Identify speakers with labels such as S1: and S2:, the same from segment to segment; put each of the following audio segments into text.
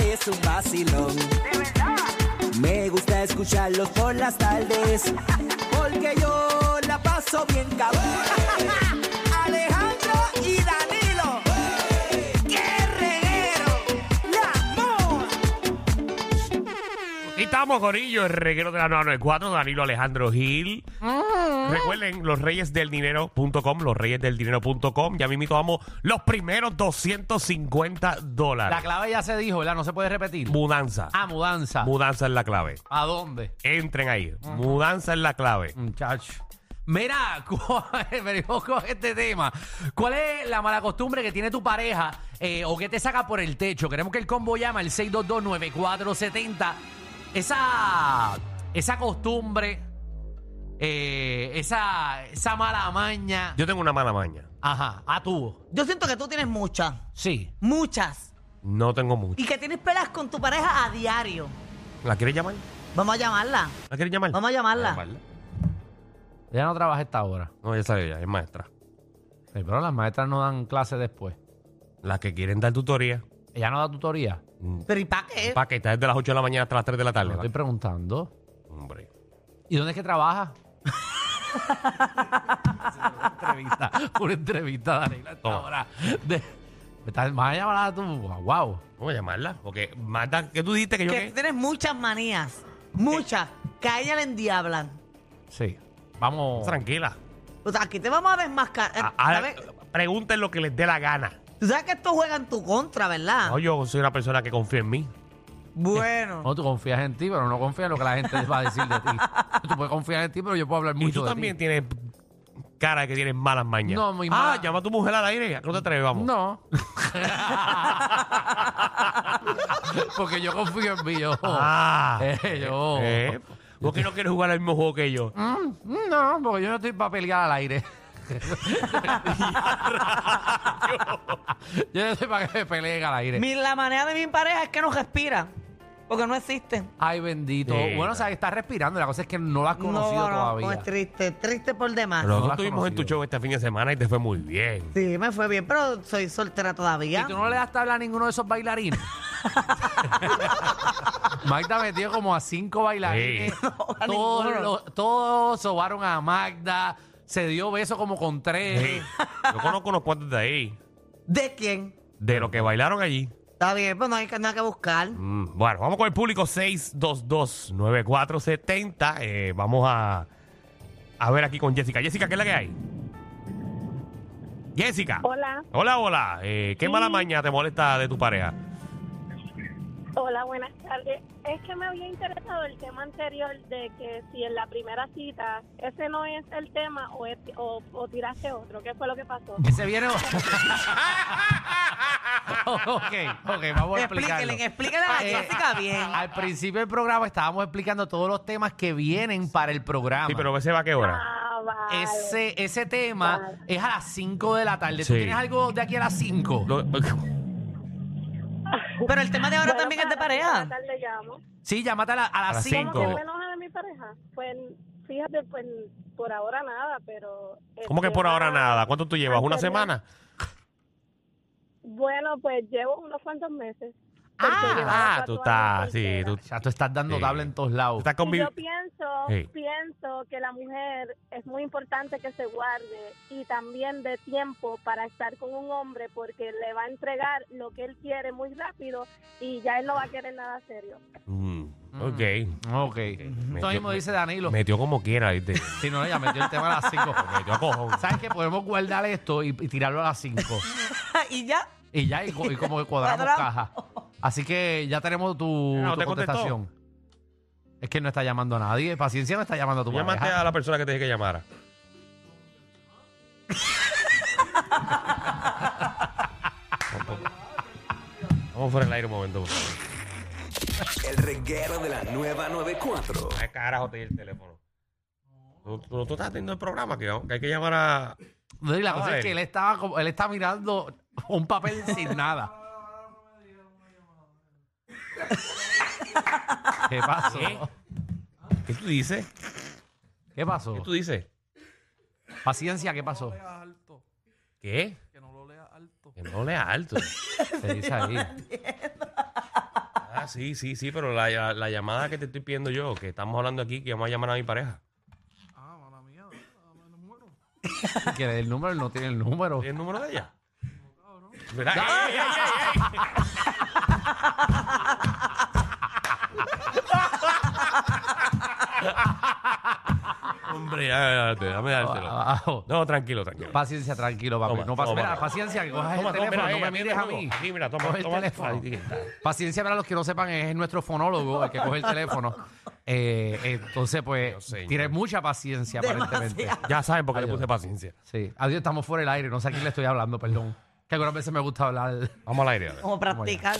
S1: es un vacilón. De verdad. Me gusta escucharlos por las tardes. Porque yo la paso bien cabrón. Alejandro y Danilo. ¡Qué reguero! ¡La moda!
S2: Aquí estamos, Corillo, el reguero de la 994, Danilo Alejandro Gil. Recuerden, los reyes del dinero.com, los reyes del dinero.com. Ya mismito vamos los primeros 250
S3: La
S2: dólares.
S3: clave ya se dijo, ¿verdad? No se puede repetir.
S2: Mudanza.
S3: ah, mudanza.
S2: Mudanza es la clave.
S3: ¿A dónde?
S2: Entren ahí. Mudanza es la clave.
S3: Muchacho. Mira, ¿cuál- pero yo con este tema. ¿Cuál es la mala costumbre que tiene tu pareja eh, o que te saca por el techo? Queremos que el combo llama al 6229470. Esa, esa costumbre, eh, esa, esa mala maña.
S2: Yo tengo una mala maña.
S3: Ajá, a tu.
S4: Yo siento que tú tienes muchas,
S3: Sí.
S4: muchas,
S2: No tengo mucho.
S4: y que tienes pelas con tu pareja a diario.
S2: ¿La quieres llamar?
S4: Vamos a llamarla.
S2: ¿La quieres llamar?
S4: Vamos a llamarla.
S3: Ella no trabaja esta hora.
S2: No, ya sabe, ya es maestra.
S3: Eh, Pero las maestras no dan clases después.
S2: Las que quieren dar tutoría.
S3: Ella no da tutoría.
S4: Pero ¿y para qué?
S2: Pa' que está desde las 8 de la mañana hasta las 3 de la
S3: Lo
S2: tarde.
S3: estoy preguntando.
S2: Hombre.
S3: ¿Y dónde es que trabaja? una entrevista, una entrevista Daniela, hasta
S2: Toma.
S3: ahora. de Ahora. Vas a llamar a tu wow.
S2: Vamos a llamarla. Porque, Marta, ¿qué tú dijiste que yo
S4: Que
S2: qué?
S4: tú tienes muchas manías, muchas, que a ella le endiablan.
S3: Sí. Vamos.
S2: Tranquila.
S4: O sea, aquí te vamos a desmascarar. Eh,
S2: A- Ahora,
S4: ¿sabes?
S2: pregunten lo que les dé la gana.
S4: Tú sabes que esto juega en tu contra, ¿verdad?
S2: No, yo soy una persona que confía en mí.
S4: Bueno.
S3: No, tú confías en ti, pero no confías en lo que la gente va a decir de ti. Tú puedes confiar en ti, pero yo puedo hablar
S2: Y
S3: mucho
S2: tú
S3: de
S2: también
S3: ti.
S2: tienes cara de que tienes malas mañas.
S3: No, muy
S2: Ah,
S3: mala.
S2: llama a tu mujer al aire. No te atreves, vamos.
S3: No. Porque yo confío en mí. Yo.
S2: Ah.
S3: Eh, yo.
S2: Eh, ¿Por qué no quieres jugar al mismo juego que yo?
S3: Mm, No, porque yo no estoy para pelear al aire. yo no estoy para que me peleen al aire.
S4: Mi- la manera de mi pareja es que no respira, porque no existe.
S3: Ay, bendito.
S2: Sí,
S3: bueno, o sea, que estás respirando. La cosa es que no la has conocido
S4: no, no, no,
S3: todavía.
S4: es triste, triste por demás.
S2: Pero
S3: la
S2: nosotros
S3: has
S2: estuvimos en tu
S3: conocido.
S2: show este fin de semana y te fue muy bien.
S4: Sí, me fue bien, pero soy soltera
S3: Y
S4: todavía.
S3: tú no le das tabla a ninguno de esos bailarines. Magda metió como a cinco bailarines.
S2: Sí.
S4: a
S3: todos,
S4: ninguno.
S3: los- todos sobaron a Magda. Se dio beso como con tres.
S2: Sí. Yo conozco unos cuantos de ahí,
S4: ¿De quién?
S2: de los que bailaron allí.
S4: Está bien, pues no hay que, no hay que buscar.
S2: Mm, bueno, vamos con el público 622-9470. Eh, vamos a, a ver aquí con Jessica. Jessica, ¿qué es la que hay? Jessica.
S5: Hola,
S2: Hola, hola. Eh, ¿Qué mala maña te molesta de tu pareja?
S5: hola, buenas tardes. Es que me había interesado el tema anterior de que si en la primera cita ese no es el tema o, es- o, o tiraste otro, ¿qué fue lo que pasó?
S3: Ese viene. ok, ok, vamos a explicarlo.
S4: Explíquenle, explíquenle a la
S3: Eh,
S4: Jessica bien.
S3: Al principio del programa estábamos explicando todos los temas que vienen para el programa.
S2: Sí, pero ese va a qué hora.
S5: Ah, vale.
S3: ese, ese tema
S5: Vale.
S3: es a las 5 de la tarde.
S2: Sí.
S3: ¿Tú tienes algo de aquí a las 5?
S2: Lo-
S4: Pero el tema de ahora
S5: Bueno,
S4: también es de
S5: para la
S4: pareja.
S5: segunda tarde llamo.
S3: Sí, llámate a, la- a
S2: A las
S3: las
S2: cinco.
S3: 5.
S5: ¿Cómo que me enoja de mi pareja? Pues fíjate, pues por ahora nada, pero... eh,
S2: ¿Cómo que por
S5: lleva-
S2: ahora nada? ¿Cuánto tú llevas? ¿Una
S5: Anterior-
S2: semana?
S5: Bueno, pues llevo unos cuantos meses. porque llevaba
S2: Ah,
S5: cuatro
S2: tú
S5: años
S2: estás, sí,
S5: soltera.
S2: tú,
S3: Ya tú estás dando
S2: Sí.
S3: tabla en todos
S2: tú
S3: lados.
S2: estás
S5: Y
S2: conmigo.
S5: yo pienso,
S2: Sí.
S5: pienso que la mujer es muy importante que se guarde y también de tiempo para estar con un hombre porque le va a entregar lo que él quiere muy rápido y ya él no va a querer nada serio.
S2: Mm, ok.
S3: Ok.
S2: Metió-
S3: Esto mismo dice Danilo.
S2: Metió como quiera, ¿viste?
S3: Si no, ella metió el tema a las 5.
S2: Metió a cojón.
S3: ¿Sabes qué? Podemos guardar esto y, y tirarlo a las 5.
S4: y ya.
S3: Y ya, y, co- y como que cuadramos caja.
S4: Cuadramos.
S3: Así que ya tenemos tu,
S2: Ah, no
S3: tu
S2: te contestó.
S3: contestación. Es que no está llamando a nadie. Paciencia no está llamando a tu
S2: Llámate
S3: pareja.
S2: a la persona que te dije que llamara. Vamos fuera del aire un momento. por favor.
S6: El reguero de la nueva 94.
S2: Ay, carajo, te di el teléfono. Tú, tú- tú estás haciendo el programa, que, que hay que llamar a...
S3: No, y la
S2: A
S3: cosa
S2: ver.
S3: es que él estaba como- él está mirando un papel sin nada. ¿Qué pasó?
S2: ¿Qué? ¿Qué tú dices?
S3: ¿Qué pasó?
S2: ¿Qué tú dices?
S3: Paciencia, ¿qué pasó?
S2: ¿Qué? Que no lo lea alto. Que no lo lea alto.
S3: Se dice ahí.
S2: Ah, sí, sí, sí, pero la, la- la llamada que te estoy pidiendo yo, que estamos hablando aquí, que vamos a llamar a mi pareja.
S3: Quiere el número, él no tiene el número.
S2: ¿Tiene el número de ella? ¿Verdad? ¡Ey, ey, ey! Hombre, ya, ya, ya, déjame dártelo.
S3: Abajo.
S2: No, tranquilo, tranquilo.
S3: Paciencia, tranquilo, papi.
S2: Toma,
S3: no pasa
S2: toma.
S3: Mira, paciencia, que cojas
S2: Toma,
S3: el teléfono.
S2: mira,
S3: no me
S2: amigo,
S3: mires a
S2: amigo.
S3: mí.
S2: Sí, mira, toma,
S3: Coge el
S2: toma.
S3: teléfono.
S2: Ahí está.
S3: Paciencia, para los que no sepan, es nuestro fonólogo el que coge el teléfono. Eh, entonces,
S2: Dios,
S3: pues,
S2: señor.
S3: tienes mucha paciencia, aparentemente.
S4: Demasiado.
S2: Ya saben por qué le puse paciencia.
S3: Sí. Adiós, estamos fuera del aire. No sé a quién le estoy hablando, perdón. Que algunas veces me gusta hablar.
S2: Vamos al aire. a ver.
S4: Como practicar.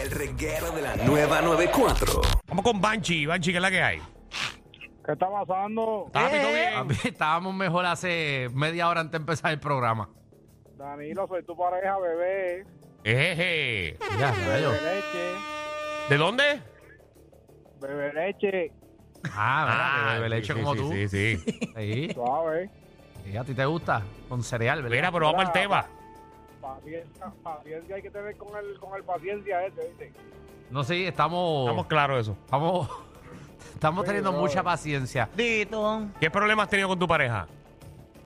S6: El reguero de la nueva 94.
S2: Vamos con Banchi. Banchi, ¿qué es la que hay?
S7: ¿Qué está pasando?
S2: Papi, ¿todo bien?
S3: Eh. Papi, Estábamos mejor hace media hora antes de empezar el programa.
S7: Danilo, soy tu pareja, bebé.
S2: Ejeje.
S3: Ya,
S7: Bebe leche.
S2: ¿De dónde?
S7: Bebe leche.
S3: Ah, mira, que bebe
S2: sí,
S3: leche
S2: sí,
S3: como
S2: sí,
S3: tú.
S2: Sí, sí.
S3: Sí.
S7: Suave.
S3: Sí, a ti te gusta con cereal, ¿verdad?
S2: Mira, pero vamos al tema.
S7: Paciencia, paciencia hay que tener con el, con el paciencia ese, ¿viste?
S3: No sé, estamos
S2: Estamos
S3: estamos
S2: claros de eso.
S3: estamos, teniendo
S7: Sí,
S3: mucha
S7: brother.
S3: paciencia.
S4: Dito.
S2: ¿Qué problemas has tenido con tu pareja?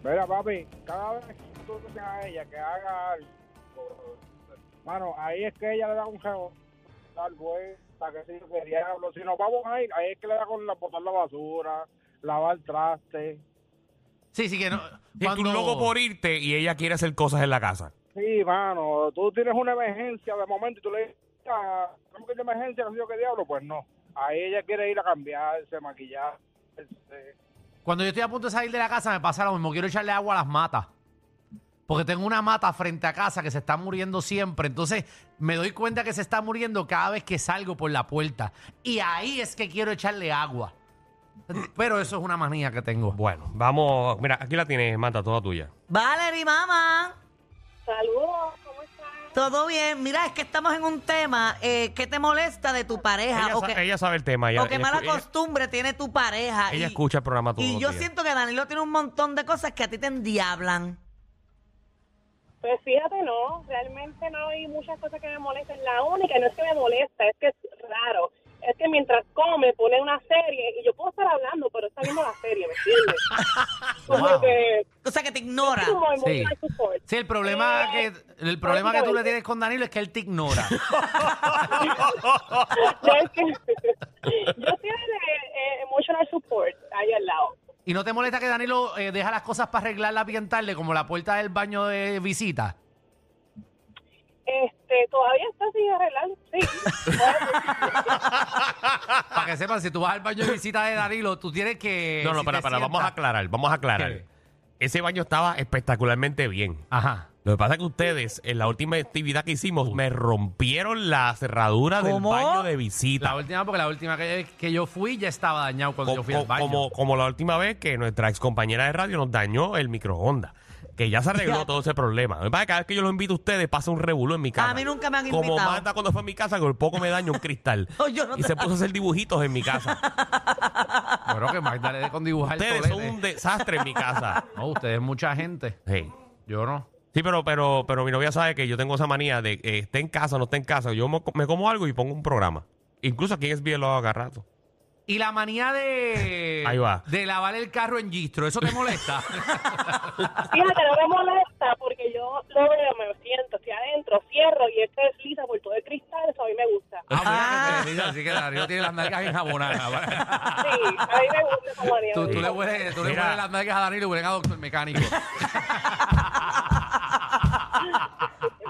S7: Mira, papi, cada vez que tú dices a ella que haga algo, mano, ahí es que ella le da un geo. Tal vez, que si yo quería diablo. Si nos vamos a ir, ahí es que le da con la, botar la basura, lavar traste.
S3: Sí, sí que no.
S2: Si tú luego por irte y ella quiere hacer cosas en la casa.
S7: Sí, mano, tú tienes una emergencia de momento y tú le dices, "Ah, ¿cómo que es de emergencia? No sé yo qué diablo. Pues no. Ahí ella quiere ir a cambiarse, maquillarse.
S3: Cuando yo estoy a punto de salir de la casa me pasa lo mismo. Quiero echarle agua a las matas. Porque tengo una mata frente a casa que se está muriendo siempre. Entonces me doy cuenta que se está muriendo cada vez que salgo por la puerta. Y ahí es que quiero echarle agua. Pero eso es una manía que tengo.
S2: Bueno, vamos. Mira, aquí la tienes, Manta, toda tuya.
S4: Valerie, mamá.
S5: Saludos, ¿cómo estás?
S4: Todo bien. Mira, es que estamos en un tema. Eh, ¿Qué te molesta de tu pareja?
S2: Ella,
S4: o
S2: sa-
S4: que,
S2: ella sabe el tema. Ella,
S4: o que
S2: ella
S4: Ah, mala
S2: escu- ella-
S4: costumbre tiene tu pareja.
S2: ella
S4: Y-
S2: escucha el programa todo.
S4: Y yo siento que Danilo tiene un montón de cosas que a ti te endiablan.
S5: Pues fíjate, no, realmente no hay muchas cosas que me molestan. La única, no es que me molesta, es que es raro. Es que mientras come, pone una serie y yo puedo estar hablando, pero está viendo la serie, ¿me entiendes?
S3: Wow.
S5: Como que
S4: O sea, que te ignora.
S5: como en
S3: Sí.
S5: mucho support.
S3: Sí, el problema que el problema que tú le
S5: básicamente.
S3: tienes con Danilo es que él te ignora.
S5: Ya es que- yo estoy en eh, emotional support ahí al lado.
S3: ¿Y no te molesta que Danilo eh, deja las cosas para arreglarlas bien tarde, como la puerta del baño de visita?
S5: Este, todavía está sin arreglar, sí.
S3: Para que sepan, si tú vas al baño de visita de Danilo, tú tienes que...
S2: No, no,
S3: si
S2: para,
S3: te
S2: para, vamos a
S3: sientas-
S2: aclarar, vamos a aclarar.
S3: ¿Qué?
S2: Ese baño estaba espectacularmente bien.
S3: Ajá.
S2: Lo que pasa es que ustedes, en la última actividad que hicimos, me rompieron la cerradura del
S4: ¿Cómo?
S2: baño de
S3: La
S2: visita.
S3: última, porque la última que, que yo fui ya estaba dañado cuando
S2: Co-
S3: yo fui
S2: co-
S3: al baño.
S2: como, como la última vez que nuestra ex compañera de radio nos dañó el microondas. Que ya se arregló todo ese problema. Lo que pasa es que cada vez que yo los invito a ustedes pasa un revuelo en mi casa.
S4: A mí nunca me han
S2: Como
S4: invitado.
S2: Manda cuando fue a mi casa, que por poco me dañó un cristal.
S4: No, yo no
S2: y
S4: te-
S2: se puso a hacer dibujitos en mi casa.
S3: Bueno, que más dale con dibujar
S2: ustedes son
S3: tolete.
S2: un desastre en mi casa.
S3: No, ustedes mucha gente.
S2: Sí.
S3: Yo no.
S2: Sí, pero, pero, pero mi novia sabe que yo tengo esa manía de eh, esté en casa o no esté en casa. Yo mo- me como algo y pongo un programa. Incluso aquí en SBL lo hago cada rato.
S3: Y la manía de...
S2: Ahí va.
S3: De lavar el carro en gistro, ¿eso te molesta?
S5: Fíjate, no me molesta porque yo lo veo, me siento hacia adentro, cierro y este desliza por todo el cristal, eso a mí me gusta.
S3: Ah, mira, que te dice, así que Danilo tiene las nalgas enjabonadas.
S5: Sí, a mí me gusta esa manera.
S3: Tú, tú le hueles, tú le
S2: Mira.
S3: hueles las nalgas a Danilo y huelen a doctor mecánico.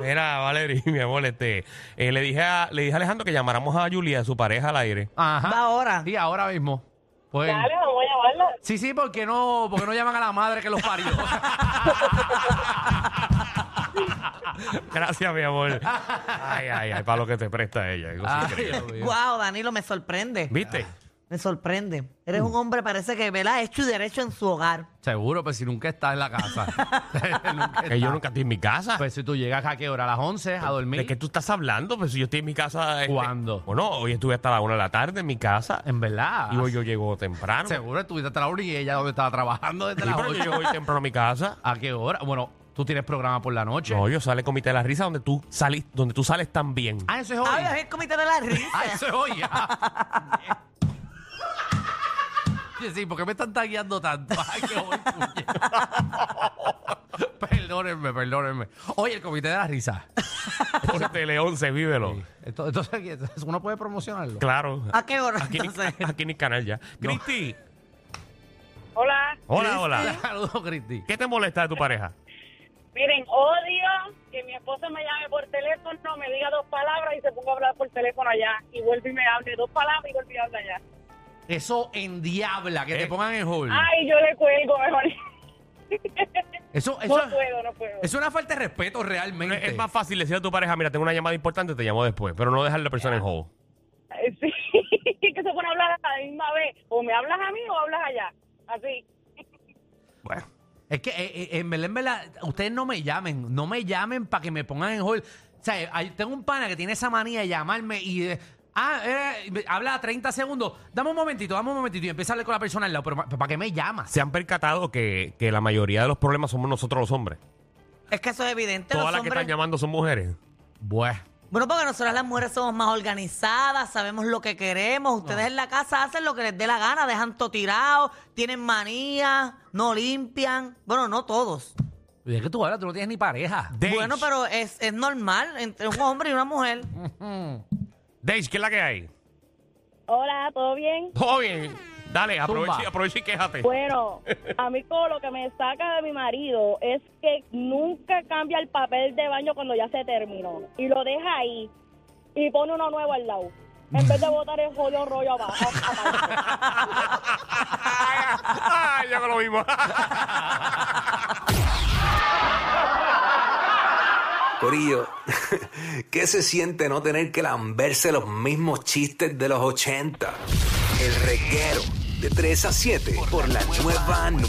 S2: Mira, Valerie, mi amor, este, eh, le, dije a, le dije a Alejandro que llamáramos a Julia, su pareja, al aire.
S4: Va
S3: Ajá.
S4: ahora.
S3: Y ahora mismo. Pues,
S5: Dale, vamos a llamarla.
S3: sí, sí, porque no, porque no llaman a la madre que los parió.
S2: Gracias, mi amor. Ay, ay, ay, para lo que te presta ella. Eso es
S3: Ay,
S2: increíble.
S3: Dios mío.
S4: Wow, Danilo, me sorprende.
S2: ¿Viste?
S4: Me sorprende. Eres un hombre, parece que, ¿verdad? Hecho y derecho en su hogar.
S3: Seguro, pues si nunca estás en la casa. Nunca
S2: Que yo
S3: estás.
S2: nunca estoy en mi casa.
S3: Pues si tú llegas a qué hora, a las 11 a
S2: ¿De
S3: dormir.
S2: qué tú estás hablando? Pues si yo estoy en mi casa. este-
S3: ¿Cuándo?
S2: Bueno, hoy estuve hasta la una de la tarde en mi casa.
S3: En verdad.
S2: Y hoy yo llego temprano.
S3: Seguro estuviste hasta la hora y ella donde estaba trabajando desde
S2: Sí,
S3: las
S2: pero yo llego
S3: 8.
S2: hoy temprano a mi casa.
S3: ¿A qué hora? Bueno, Tú tienes programa por la noche.
S2: No, yo sale Comité de la Risa donde tú salís, donde tú sales tan bien.
S3: Ah, eso es hoy.
S4: Ay, es el comité de la
S3: Ah, eso
S4: risa.
S3: es hoy. Ah. Sí, sí, ¿por qué me están tagueando tanto? Ay, qué hoy, puñeta. Perdónenme, perdónenme. Oye, el comité de la risa. Ah,
S2: Por Tele 11, vívelo.
S3: Esto- Entonces, aquí, entonces, uno puede promocionarlo.
S2: Claro.
S3: Ah,
S4: ¿A qué hora
S2: Aquí,
S4: entonces?
S2: ni, aquí ni canal ya. Cristi,
S5: Hola.
S2: hola, hola.
S3: Saludos, Cristi.
S2: ¿Qué te molesta de tu pareja?
S5: Miren, odio que mi esposo me llame por teléfono, me diga dos palabras y se ponga a hablar por teléfono allá. Y vuelve y me hable dos palabras y vuelve y habla allá.
S3: Eso en diabla, que te
S2: Eh.
S3: pongan en hold.
S5: Ay, yo le cuelgo mejor.
S3: Eso, eso,
S5: No puedo, no puedo.
S3: es una falta de respeto realmente.
S2: Es, es más fácil decir a tu pareja, mira, tengo una llamada importante, te llamo después, pero no dejar a la persona en hold.
S5: Ay, Sí, que se pone a hablar a la misma vez. O me hablas a mí o hablas allá. Así.
S2: Bueno,
S3: Es que eh, eh, en Belén, ¿verdad? ustedes no me llamen, no me llamen para que me pongan en hold. O sea, hay- tengo un pana que tiene esa manía de llamarme y de, ah, eh, me- habla 30 segundos, dame un momentito, dame un momentito y empieza a hablar con la persona al lado, pero ¿para qué me llamas?
S2: se han percatado que, que la mayoría de los problemas somos nosotros los hombres.
S4: Es que eso es evidente.
S2: Todas
S4: los
S2: las que
S4: hombres-
S2: están llamando son mujeres.
S3: Bueno,
S4: Bueno, porque nosotras las mujeres somos más organizadas, sabemos lo que queremos. Ustedes en la casa hacen lo que les dé la gana, dejan todo tirado, tienen manía, no limpian. Bueno, no todos.
S3: ¿y ¿de qué tú hablas? Tú no tienes ni pareja.
S2: Dej,
S4: Bueno, pero es, es normal entre un hombre y una mujer.
S3: Mm.
S2: Dej, ¿qué es la que hay?
S5: Hola, ¿todo bien?
S2: Todo bien. Dale, aprovecha, y-
S3: Zumba.
S2: aprovecha y quéjate.
S4: Pues-
S5: Bueno, a mí como lo que me saca de mi marido es que nunca cambia el papel de baño cuando ya se terminó y lo deja ahí y pone uno nuevo al lado. En vez de botar el jodido rollo abajo. abajo.
S2: Ay, yo con lo mismo.
S6: Corillo, ¿qué se siente no tener que lamberse los mismos chistes de los 80? El reguero de 3 a 7 por la nueva 9.